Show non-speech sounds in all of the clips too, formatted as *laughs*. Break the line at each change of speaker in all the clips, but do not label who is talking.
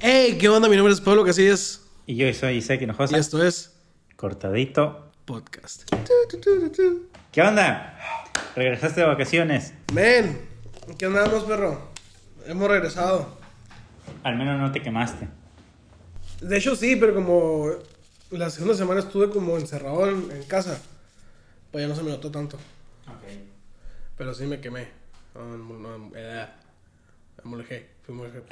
Hey, ¿qué onda? Mi nombre es Pablo Casillas
Y yo soy Isaac
y
Hinojosa.
esto es
Cortadito.
Podcast.
¿Qué onda? ¿Regresaste de vacaciones?
Men, ¿qué andamos, perro? Hemos regresado.
Al menos no te quemaste.
De hecho, sí, pero como la segunda semana estuve como encerrado en, en casa, pues ya no se me notó tanto. Pero sí me quemé. No, no, no, eh, me molejé, fui
*laughs*
molejé.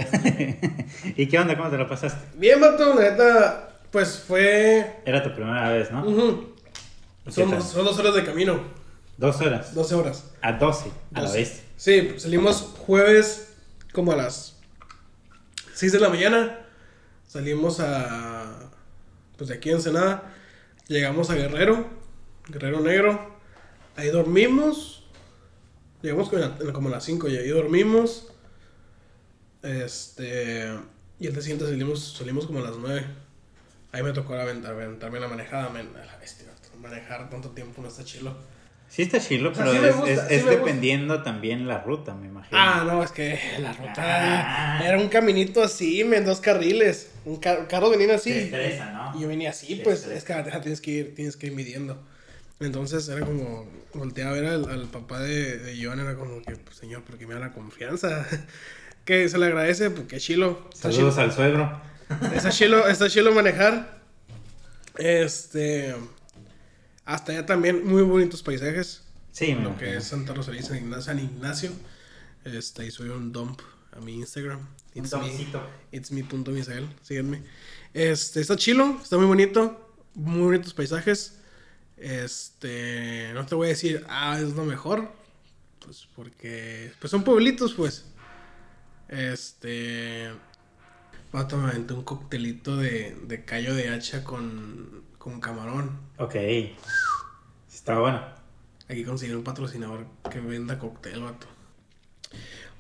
¿Y qué onda? ¿Cómo te lo pasaste?
Bien, vato, la neta, pues fue.
Era tu primera vez, ¿no?
Ujú.
¿Y qué
Son,
tal?
son dos horas de camino,
Dos horas.
12 horas.
A doce. A la
Doce.
vez.
Sí, salimos jueves como a las 6 de la mañana. Salimos a. Pues de aquí a Ensenada. Llegamos a Guerrero, Guerrero Negro. Ahí dormimos. Llegamos como a, la- como a las 5 y ahí dormimos. Este. Y el día siguiente salimos, salimos como a las 9. Ahí me tocó avent- aventarme la manejada, men. A la bestia, manejar tanto tiempo no está chilo.
Sí está chilo,
sea,
pero
sí me
es,
gusta,
es-
sí
es
me gusta.
dependiendo también la ruta, me imagino.
Ah, no, es que la ruta
Ah.
era un caminito así, en dos carriles. Un car- carros venían así.
Te estresa, ¿no?
Y yo venía así,
Te
pues
estresa.
es que ah, tienes que ir, tienes que ir midiendo. Entonces era como, volteaba a ver al, al papá de, de Joan, era como que, pues, señor, ¿por qué me da la confianza? *laughs* que se le agradece, pues qué chilo. Está chilo,
Saludos al suegro.
está chilo, está chilo manejar. Este, hasta allá también, muy bonitos paisajes
Sí, me
lo
imagino.
que es Santa Rosalía y San Ignacio. San Ignacio. Este, y subí un dump a mi Instagram.
Un
It's me,
domicito.
it's me punto Misael, síganme. Este, está chilo, está muy bonito, muy bonitos paisajes. Este, no te voy a decir, ah, es lo mejor, pues porque, pues son pueblitos, pues. Este, vato, me aventé un coctelito de, de callo de hacha con, con camarón.
Ok. Está bueno.
Aquí conseguir un patrocinador que venda cóctel, vato.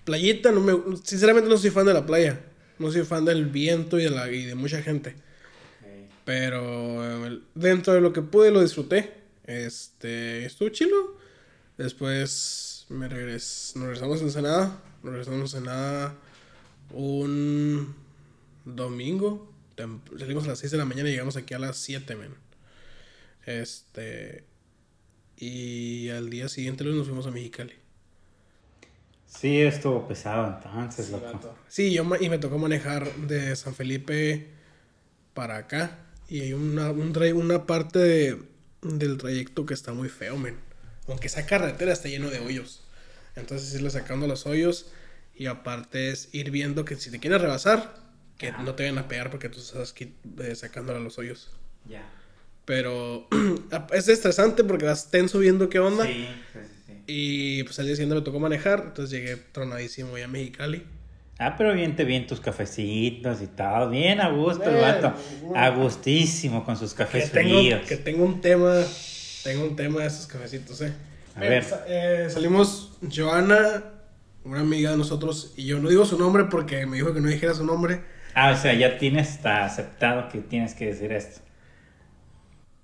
Playita, no me, sinceramente no soy fan de la playa. No soy fan del viento y de, la, y de mucha gente. Pero eh, dentro de lo que pude lo disfruté. Este, estuvo chilo. Después me regres, nos regresamos en Ensenada. Nos regresamos en Ensenada un domingo. Tem- Salimos a las 6 de la mañana y llegamos aquí a las 7, men. Este, y al día siguiente lunes nos fuimos a Mexicali.
Sí, estuvo pesado entonces, loco.
Sí, yo ma- y me tocó manejar de San Felipe para acá. Y hay una, un tra- una parte de- del trayecto que está muy feo, men. Aunque esa carretera está lleno de hoyos. Entonces irle sacando los hoyos. Y aparte es ir viendo que si te quieres rebasar, que no te vayan a pegar porque tú estás qui- eh, sacándole los hoyos.
Ya.
Pero *clears throat* es estresante porque vas tenso viendo qué onda.
Sí, sí, sí, sí.
Y pues al día siguiente me tocó manejar, entonces llegué tronadísimo ya a Mexicali.
Ah, pero bien te bien tus cafecitos y todo. Bien a gusto el
Bueno,
vato.
bueno.
A gustísimo con sus
Que
cafés
tengo,
fríos.
que tengo un tema, tengo un tema de esos cafecitos, eh.
A
Mira,
ver.
sa- eh, salimos Joana, una amiga de nosotros, y yo no digo su nombre porque me dijo que no dijera su nombre.
Ah, o sea, ya tienes está aceptado que tienes que decir esto.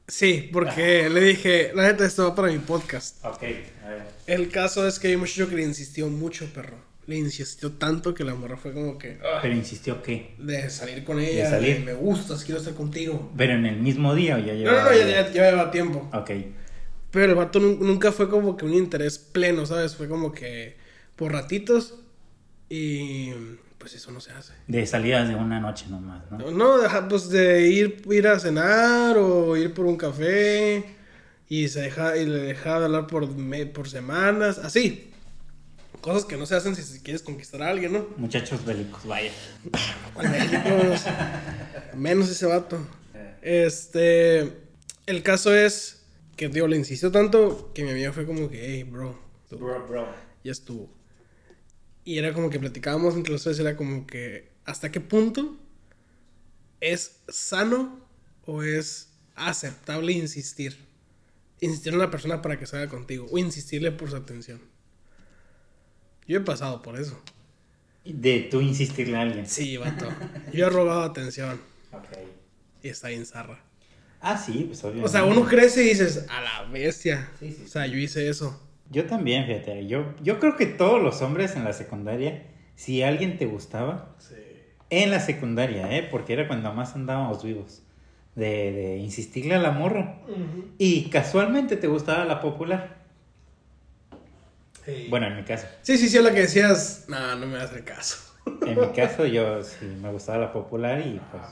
Sí, porque
Ah.
le dije, la neta, esto va para mi podcast.
Ok, a ver.
El caso es que hay un muchacho que le insistió mucho, perro. Le insistió tanto que la morra fue como que, "Ah",
Pero insistió que.
de salir con ella, de
salir.
me gustas, quiero estar contigo.
Pero en el mismo día o ya
No,
llevaba.
no, no, ya, ya, ya lleva tiempo.
Ok.
Pero el vato nun- nunca fue como que un interés pleno, ¿sabes? Fue como que por ratitos y pues eso no se hace.
De salidas de una noche nomás, ¿no?
No, deja, pues de ir, ir a cenar o ir por un café y se deja y le deja de hablar por, me- por semanas, así. Cosas que no se hacen si- si quieres conquistar a alguien, ¿no?
Muchachos bélicos, vaya.
Con Menos, *laughs* menos ese vato. Este. El caso es que, digo, le insistió tanto que mi amiga fue como que, hey, bro, tú-
Bro, bro.
ya estuvo. Y era como que platicábamos entre los tres, era como que hasta qué punto es sano o es aceptable insistir. Insistir en una persona para que salga contigo o insistirle por su atención. Yo he pasado por eso.
De tú insistirle a alguien.
Sí, vato. Yo he robado atención
Ok.
y está bien zarra.
Ah, sí, pues obviamente.
O sea, uno crece y dices, a la bestia.
Sí, sí.
O sea, yo hice eso.
Yo también, fíjate. Yo, yo creo que todos los hombres en la secundaria, si alguien te gustaba,
Sí.
en la secundaria, ¿eh? Porque era cuando más andábamos vivos. De, de insistirle a la morra.
Ujú.
Y casualmente te gustaba la popular.
Sí.
Bueno, en mi caso.
Sí, sí, sí, a la que decías, no, no me vas a hacer caso.
En mi caso yo sí me gustaba la popular y pues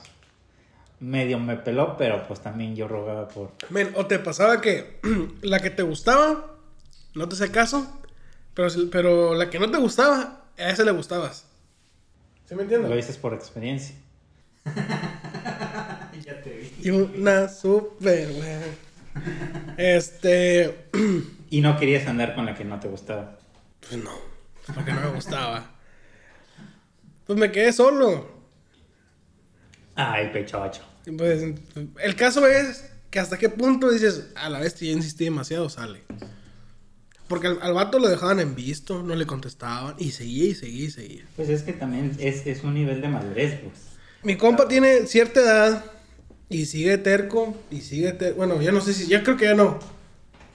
medio me peló, pero pues también yo rogaba por...
Men, o te pasaba que *clears throat* la que te gustaba, no te hacía caso, pero, si- pero la que no te gustaba, a esa le gustabas. ¿Sí me
Lo
entiendes?
dices por experiencia.
*laughs* ya te vi.
Y una super, güey. Este. *clears throat*
Y no querías andar con la que no te gustaba.
Pues no, porque no me gustaba. Pues me quedé solo.
Ay, pechocho.
Y Pues, el caso es que hasta qué punto dices, a la vez ya insistí demasiado, sale. Porque al, al vato lo dejaban en visto, no le contestaban, y seguía y seguía y seguía.
Pues es que también es, es un nivel de madurez, pues.
Mi compa tiene cierta edad y sigue terco, y sigue terco. Bueno, ya no sé si, ya creo que ya no.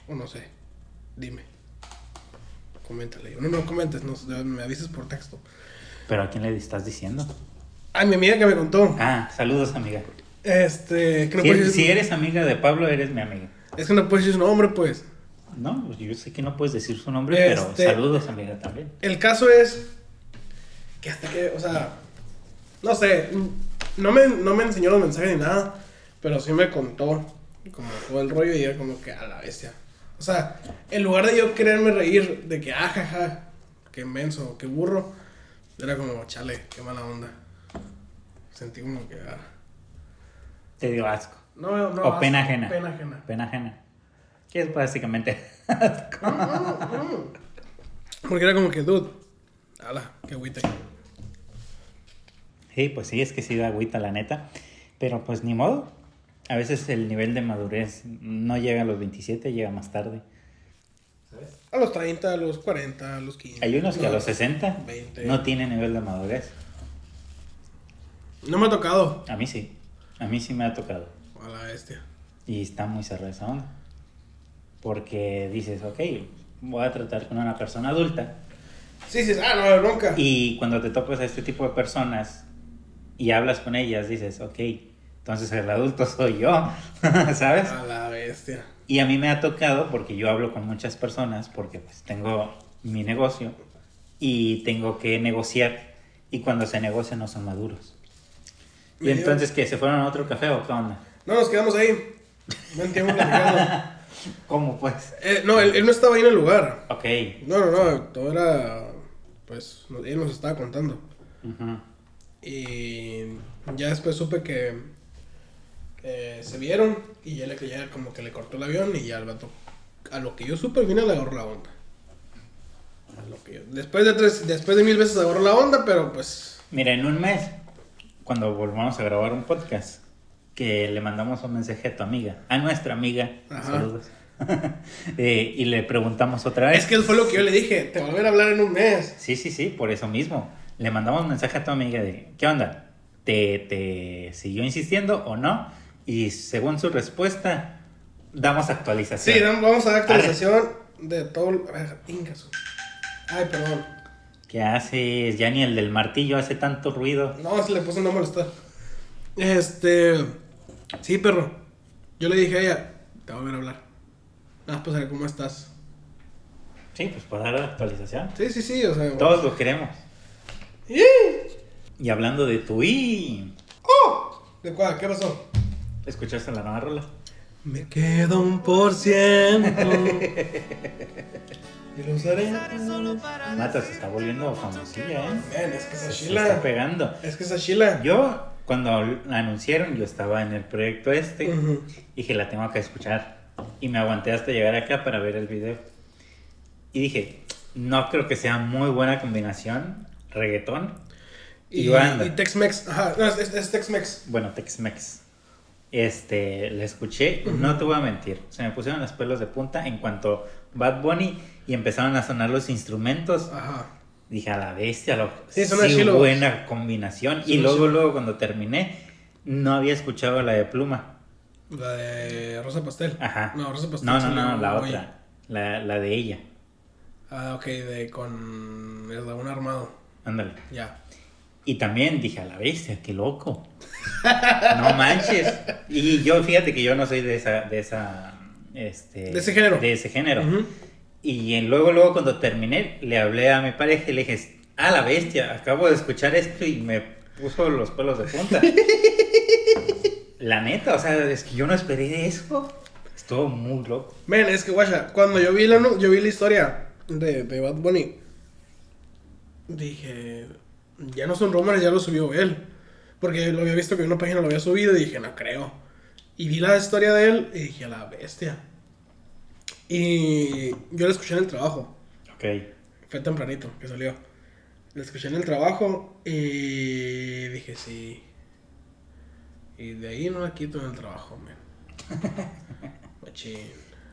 O no sé. Dime. Coméntale. No, no comentes, no, me avisas por texto.
Pero ¿a quién le estás diciendo?
Ay, mi amiga que me contó.
Ah, saludos, amiga.
Este, que no
Si,
puedes
eres-
decir-
si eres amiga de Pablo, eres mi amiga.
Es que no puedes decir su nombre, pues.
No, pues, yo sé que no puedes decir su nombre,
Este-
pero saludos, amiga, también.
El caso es que hasta que, o sea, no sé, no me, no me enseñó los mensajes ni nada, pero sí me contó como todo el rollo y era como que a la bestia. O sea, en lugar de yo quererme reír de que, ah, jaja, qué menso, qué burro, era como, chale, qué mala onda. Sentí como que, ah,
Te dio asco.
no, no.
o pena
asco,
ajena.
Pena ajena. *laughs*
Pena ajena. Que es básicamente... *laughs*
Porque era como que, dude, ala, qué agüita.
Sí, pues sí, es que sí da agüita, la neta. Pero pues ni modo. A veces el nivel de madurez no llega a los 27, llega más tarde.
¿Sabes?
A los 30, a los 40, a los 15.
Hay unos que a
no,
los 60
20.
no tienen nivel de madurez.
No me ha tocado.
A mí sí. A mí sí me ha tocado.
A la bestia.
Y está muy cerrada esa onda. Porque dices, ok, voy a tratar con una persona adulta.
Sí, sí, ah, no, nunca.
Y cuando te topas a este tipo de personas y hablas con ellas, dices, ok, entonces el adulto *laughs* soy yo, ¿sabes?
A la bestia.
Y a mí me ha tocado, porque yo hablo con muchas personas, porque pues tengo mi negocio y tengo que negociar. Y cuando se negocia no son maduros. Y
Mira,
entonces, ¿qué? ¿Se fueron a otro café o qué onda?
No, nos quedamos ahí. No entiendo
*laughs*
platicando.
¿Cómo pues?
Eh, no, él, él no estaba ahí en el lugar.
Ok.
No, no, no, todo era. Pues no- él nos estaba contando.
ujú.
Y ya después supe que eh, se vieron y ya, le, ya como que le cortó el avión y ya el vato, a lo que yo supe, al final agarró la onda. A lo que yo- después, de tres, después de mil veces agarró la onda, pero pues...
Mira, en un mes, cuando volvamos a grabar un podcast, que le mandamos un mensaje a tu amiga, a nuestra amiga,
Ajá.
saludos, *laughs* eh, y le preguntamos otra vez.
Es que fue lo que yo le dije, te volveré a hablar en un mes.
Sí, sí, sí, por eso mismo. Le mandamos un mensaje a tu amiga de, ¿qué onda? ¿Te, te siguió insistiendo o no? Y según su respuesta, damos actualización.
Sí, dam- vamos a dar actualización de todo... el- A ver, ingazo. Ay, perdón.
¿Qué haces? Ya ni el del martillo hace tanto ruido.
No, se le puse no molestar. Este. Sí, perro. Yo le dije a ella, te voy a volver a hablar. Nada, más para saber cómo estás.
Sí, pues para dar actualización.
Sí, sí, sí, o sea.
Todos lo queremos.
¡Sí!
Y hablando de tu y...
¿De cuál? ¿Qué pasó?
¿Escuchaste la nueva rola?
Me queda un por ciento. *laughs* y lo usaré.
Mata se está volviendo famosilla, ¿eh?
Man, es que esa
Se, se está
Sheila.
pegando.
Es que esa Sheila.
Yo, cuando la anunciaron, yo estaba en el proyecto este.
Ujú.
Dije, la tengo que escuchar. Y me aguanté hasta llegar acá para ver el video. Y dije, no creo que sea muy buena combinación. Reggaetón.
Y,
Y banda.
y Tex-Mex. Ajá, no, es, es- es Tex-Mex.
Bueno, Tex-Mex. Este, la escuché, no te voy a mentir. Se me pusieron los pelos de punta en cuanto Bad Bunny y empezaron a sonar los instrumentos.
Ajá.
Dije, a la bestia, lo
Sí, suena
sí,
chilo.
buena combinación. Y
Suena
luego,
chilo.
luego, cuando terminé, no había escuchado la de Pluma.
La de Rosa Pastel.
Ajá.
No, Rosa Pastel.
No, no,
salió
no, la
hoy.
otra. La, la de ella.
Ah, ok, de con el un armado.
Ándale.
Ya.
Y también dije, a la bestia,
*laughs*
qué loco. No manches. Y yo, fíjate que yo no soy de esa, de esa, este,
De ese género.
De ese género.
Ujú.
Y en- luego, luego cuando terminé, le hablé a mi pareja y le dije, a la bestia, acabo de escuchar esto y me puso los pelos
*laughs*
de punta. la neta, o sea, es que yo no esperé eso. Estuvo muy loco.
Men, es que guacha, cuando yo vi la, no- yo vi la historia de, de Bad Bunny, dije, ya no son rumores, ya lo subió él. Porque lo había visto que una página lo había subido y dije, no creo. Y vi la historia de él y dije, a la bestia. Y yo la escuché en el trabajo,
Ok.
fue tempranito que salió. La escuché en el trabajo y dije, sí. Y de ahí no la quito en el trabajo,
*laughs*
men. Machín.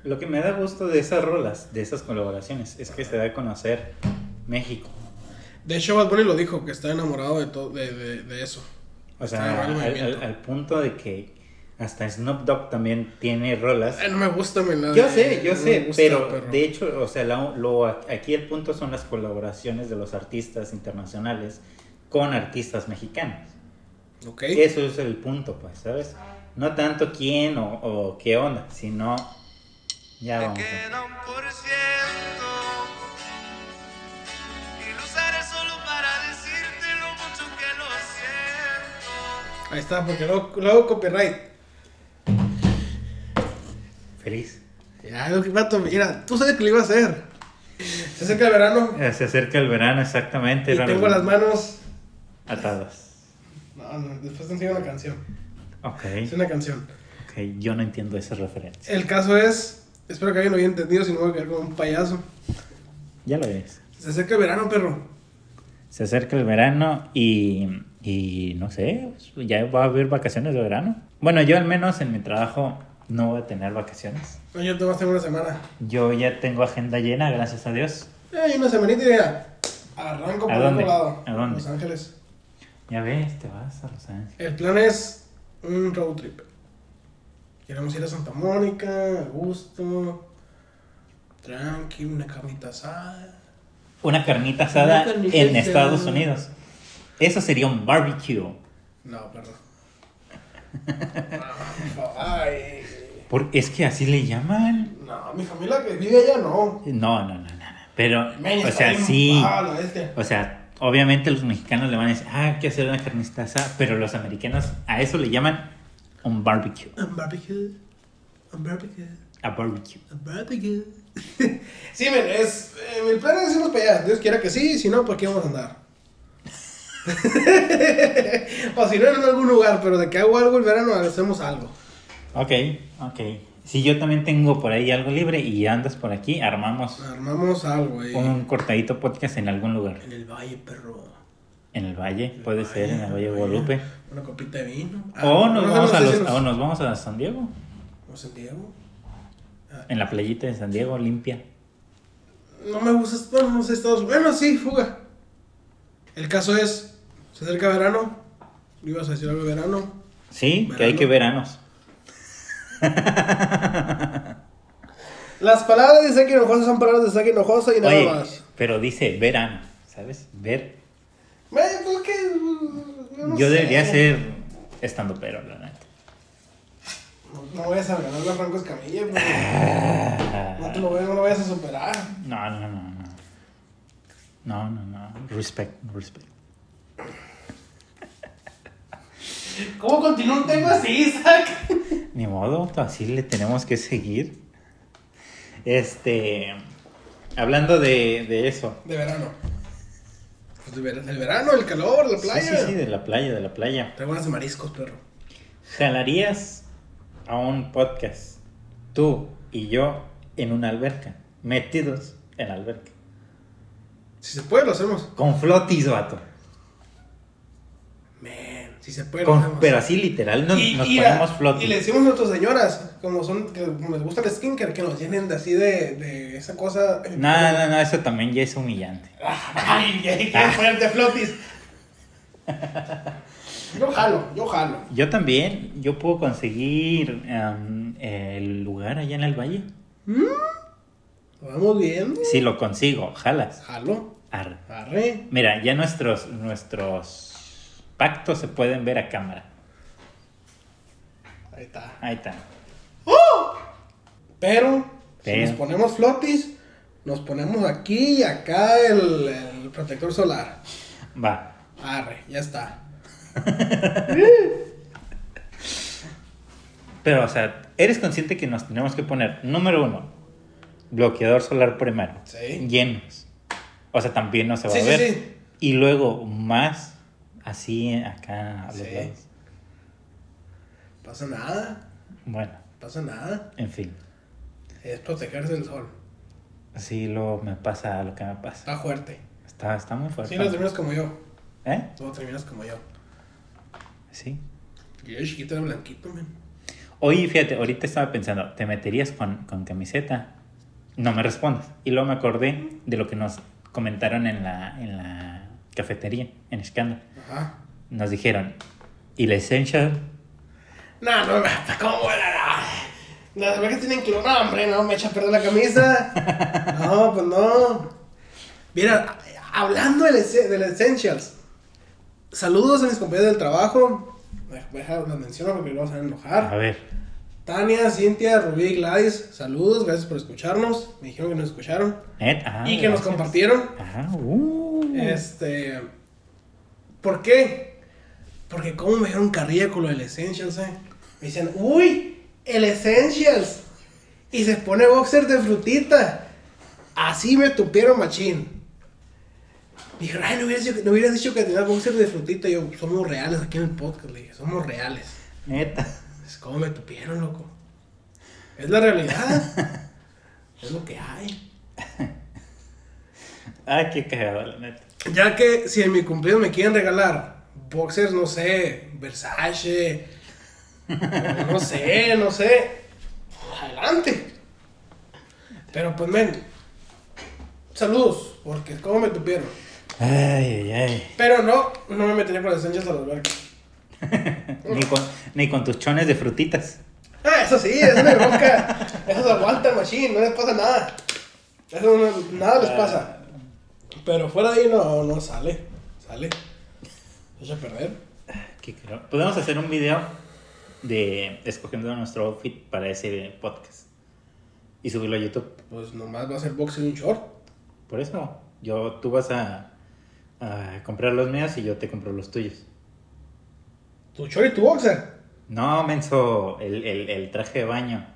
Lo que me da gusto de esas rolas, de esas colaboraciones, es que se da a conocer México.
De hecho, Bad Bunny lo dijo, que está enamorado de, to- de, de- de eso.
O
Está
sea,
en
al,
mal movimiento.
al- al punto de que hasta Snoop Dogg también tiene rolas.
Ay, no me gusta, men, la
Yo
de-
sé, yo
no
sé,
me gusta,
pero
perro.
de hecho, o sea, la- lo, aquí el punto son las colaboraciones de los artistas internacionales con artistas mexicanos.
Ok.
Eso es el punto, pues, ¿sabes? No tanto quién o, o qué onda, sino... Ya
Me
vamos. a-
queda un por ciento y lo usaré solo para decirte lo mucho que lo siento.
Ahí está, porque luego, luego copyright.
Feliz.
Ya, lo que vato, mira, tú sabes que lo iba a hacer. Se acerca el verano
Eh, Se acerca el verano, exactamente.
y
eran
tengo las manos...
Atadas.
No, no, después te enseño una canción.
Ok,
Es una canción.
ok, yo no entiendo esa referencia.
El caso es... Espero que alguien lo haya entendido, si no voy a quedar como un payaso.
Ya lo ves.
Se acerca el verano, perro.
Se acerca el verano y, y no sé, ya va a haber vacaciones de verano. Bueno, yo al menos en mi trabajo no voy a tener vacaciones.
No, yo te voy a hacer una semana.
Yo ya tengo agenda llena, gracias a Dios.
Eh, una semanita y ya. Arranco
¿A
para
dónde?
otro lado.
¿A dónde?
Los Ángeles.
Ya ves, te vas a Los Ángeles.
El plan es un road trip. Queremos ir a Santa Mónica, a gusto, tranqui, una carnita asada.
Una carnita asada
Una carnita
en
asada.
Estados Unidos. Eso sería un barbecue.
No,
*laughs*
perdón. No, Ay,
Por- es que así le llaman.
no, mi familia que vive allá no.
No, no, no, no. no. Pero,
Men,
o
está
sea,
bien
sí.
malo este.
O sea, obviamente los mexicanos le van a decir, ah, hay que hacer una carnita asada, pero los americanos a eso le llaman un barbecue.
Un barbecue, un barbecue,
A barbecue.
un barbecue. *laughs* sí, men, es, eh, mi plan es irnos para allá. Dios quiera que sí, si no, ¿por qué vamos a andar? *laughs* o si no, en algún lugar, pero de que hago algo el verano, hacemos algo.
Ok, ok. Si yo también tengo por ahí algo libre y andas por aquí, armamos
Armamos algo ahí.
un cortadito podcast en algún lugar.
En el valle, perro.
En el valle, puede ser, en el Valle de
valle.
Guadalupe.
Una copita de vino. Ah,
O nos, vamos a los, ah,
vecinos.
o nos vamos a San Diego,
¿O San Diego?
en la playita de San Diego, limpia.
No me gusta, bueno, no sé, Estados Unidos. Bueno, sí, fuga. El caso es, se acerca verano. Ibas a decir algo de verano.
Sí, que hay que veranos.
Las palabras de Saki Hinojosa son palabras de Saki Hinojosa y nada
Oye,
más.
pero dice verano, ¿sabes? Ver.
Eh, pues, que, no
Yo
sé.
debería ser estando pero, la neta.
No, no vayas a ganar a Franco Escamilla, pero no, te
Ah,
lo, voy- no lo vayas a superar.
No, no, no, no. No, no, no. Respect, respect.
¿Cómo continúa un tema así, Isaac?
Ni modo, así le tenemos que seguir. Este. Hablando de, de eso.
De verano. Pues de verano, el verano, el calor, la
Sí,
playa.
sí, sí, de la playa, de la playa.
Traigo unas mariscos, perro.
¿Jalarías a un podcast, tú y yo, en una alberca? Metidos en la alberca.
Si se puede, lo hacemos.
Con flotis, vato.
Man, si se puede, lo
Con-
hacemos.
pero así literal, nos,
y,
nos
y la-
ponemos flotis.
y le decimos a nuestras señoras, como son, que como les gusta el skincare, que nos llenen de así de, de esa cosa.
No, no, no, eso también ya es humillante.
Ay, que ponerte
*laughs*
flotis. Yo jalo, yo jalo.
Yo también, yo puedo conseguir em, el lugar allá en el valle.
¿Lo vamos viendo?
Si lo consigo, jalas.
Jalo,
Arre.
arre.
Mira, ya nuestros, nuestros impactos se pueden ver a cámara.
Ahí está.
Ahí está.
Pero, si
Pero.
nos ponemos flotis, nos ponemos aquí y acá el, el protector solar.
Va.
Arre, ya está.
Pero, o sea, eres consciente que nos tenemos que poner, número uno, bloqueador solar primero.
Sí.
Llenos. O sea, también no se va
Sí,
a
sí,
ver.
sí.
Y luego más así acá a los
Sí.
lados.
Pasa nada,
Bueno,
pasa nada.
en fin.
Es protegerse del sol.
Así luego me pasa lo que me pasa.
Está fuerte.
Está, está muy fuerte.
Si no terminas como yo,
¿Eh?
no terminas como yo.
Sí.
Yo de chiquito era blanquito, men.
Oye, fíjate, ahorita estaba pensando, ¿te meterías con, con camiseta? No me respondas. Y luego me acordé de lo que nos comentaron en la, en la cafetería, en Escándalo.
Ajá.
Nos dijeron, ¿y la Essential?
No, no, *laughs* no, está como buena. No, no, que tienen cloro, no, hombre, no, me echa a perder la camisa. *laughs* No, pues no. Mira, hablando del, ese- del Essentials, saludos a mis compañeros del trabajo. Voy a dejar las menciono porque luego se van a
A
enojar.
ver,
Tania, Cintia, Rubí, Gladys, saludos, gracias por escucharnos. Me dijeron que nos escucharon
net, ah,
y que nos
gracias.
compartieron.
Ah, uh.
Este. ¿Por qué? Porque como me dieron carrilla con lo del Essentials, eh. Me dicen, uy, el Essentials. Y se pone boxer de frutita. Así me tupieron machín. Dijeron, ay, no hubieras, dicho- no hubieras dicho que tenías boxer de frutita. Y yo, somos reales aquí en el podcast, le dije, somos reales.
Neta.
Es como me tupieron, loco. Es la realidad. es lo que hay.
Ay, qué cagado, la neta.
Ya que si en mi cumpleaños me quieren regalar boxers, no sé, Versace, no sé, no sé, adelante. Pero pues, men, saludos, porque como me tupieron.
Ay, ay, ay.
Pero no, no me metería con las Sánchez a los barcos.
Ni con, ni con tus chones de frutitas.
Ah, eso sí, es una bronca. Eso se aguanta, machín, no les pasa nada. Eso no- nada les pasa. Pero fuera de ahí no, no sale, sale. Se echa a perder.
Qué cagado. Podemos hacer un video de escogiendo nuestro outfit para ese podcast. Y subirlo a YouTube.
Pues nomás va a ser boxer y un short.
Por eso, yo, tú vas a, a comprar los míos y yo te compro los tuyos.
Tu short y tu boxer.
No, menso, el, el- el traje de baño.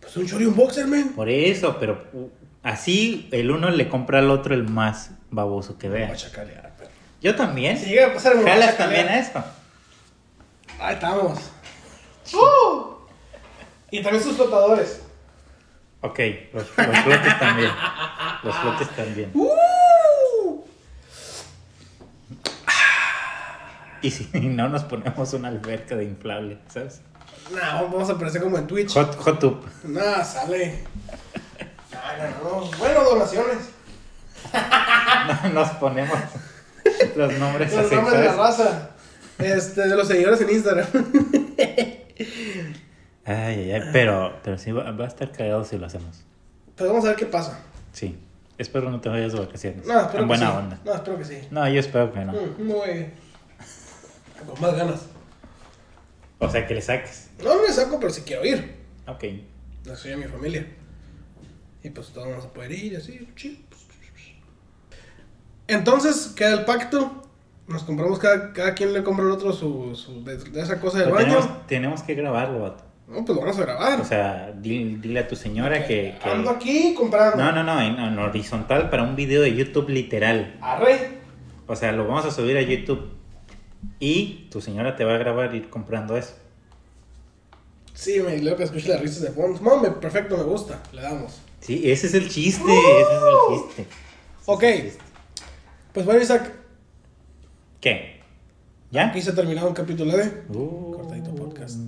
Pues un short y un boxer, men.
Por eso, pero uh, así el uno le compra al otro el más baboso que
Me voy a
vea.
chacalear, perro.
Yo también.
Si llega a pasar, me voy a
Eh. Jalas
chacalear.
también ¿eh? a eso.
Ahí estamos. ¡Uh! Y también sus flotadores.
Ok, los, los flotes también. Los flotes también.
¡Uh!
Y si *laughs* no nos ponemos una alberca de inflable, ¿sabes?
Nah, vamos a aparecer como en Twitch.
Hot, hot tub.
Nah, sale. No, no, no. Bueno, donaciones.
No, Nos ponemos los nombres
Los
así,
nombres de la
¿sabes?
raza. Este, de los seguidores en Instagram. *laughs*
Ay, ay, ay, pero, pero sí va, va a estar cagado si lo hacemos.
Pues vamos a ver qué pasa.
Sí. Espero no te vayas de vacaciones.
No, espero que
en buena
sí.
onda.
No, espero que sí.
No, yo espero que no.
Mm, Muy. Con más ganas.
O sea, que le saques.
No, no me saco, pero si quiero ir.
Ok.
La soy de mi familia. Y pues todos vamos a poder ir, así. pues, chido. Entonces, queda el pacto. Nos compramos cada, cada quien le compra al otro su, su de, de esa cosa del
Pero
baño.
tenemos, tenemos que grabarlo, vato.
No, pues lo vamos a grabar.
O sea, dile, dile a tu señora que... que-
Ando aquí comprando.
No, no, no, en, en horizontal para un video de YouTube literal.
Arre.
O sea, lo vamos a subir a YouTube. Y tu señora te va a grabar ir comprando eso.
Sí, me leo que escuche las risas de fondo. Mame, perfecto, me gusta. Le damos.
Sí, ese es el chiste, ese es el chiste.
¡Uh! Ok. Pues bueno, Isaac,
¿Qué? ¿Ya?
aquí se ha terminado un capítulo de.
Uh,
Cortadito podcast.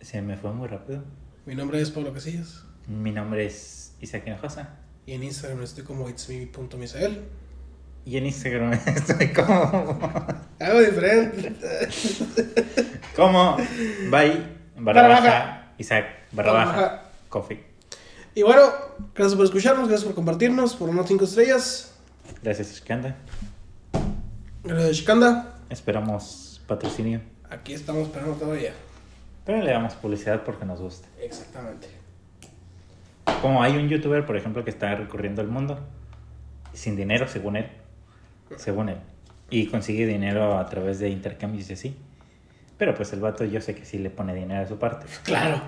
Se me fue muy rápido.
Mi nombre es Pablo Casillas.
Mi nombre es Isaac Hinojosa.
Y en Instagram estoy como itsme.misael.
Y en Instagram *laughs* estoy como...
Algo diferente.
como Bye. Barra
Barra
baja,
baja.
Isaac. Barra
Barra
baja.
baja.
Coffee.
Y bueno, gracias por escucharnos, gracias por compartirnos, por unas 5 estrellas.
Gracias, Shkanda.
Gracias, Shikanda.
Esperamos patrocinio.
Aquí estamos esperando todavía.
Pero le damos publicidad porque nos gusta.
Exactamente.
Como hay un youtuber, por ejemplo, que está recorriendo el mundo sin dinero, según él. Según él. Y consigue dinero a través de intercambios y así. Pero pues el vato yo sé que sí le pone dinero de su parte.
Claro.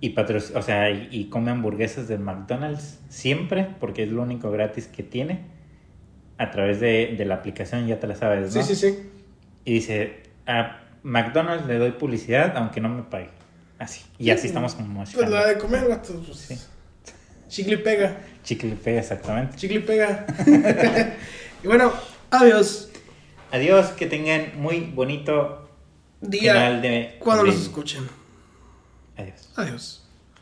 Y, patro- o sea, y, y come hamburguesas del McDonald's siempre porque es lo único gratis que tiene. A través de, de la aplicación ya te la sabes,
Sí,
¿no?
sí, sí.
Y dice, a McDonald's le doy publicidad aunque no me pague. Así. Y así estamos como
Pues la
chicle
de comer, vato. Pues,
Sí.
Chicle y pega.
y pega, exactamente.
Chicle y pega. *laughs* y bueno, adiós.
Adiós, que tengan muy bonito
Día.
final de...
Cuando
de-
los escuchen.
Adiós.
Adiós.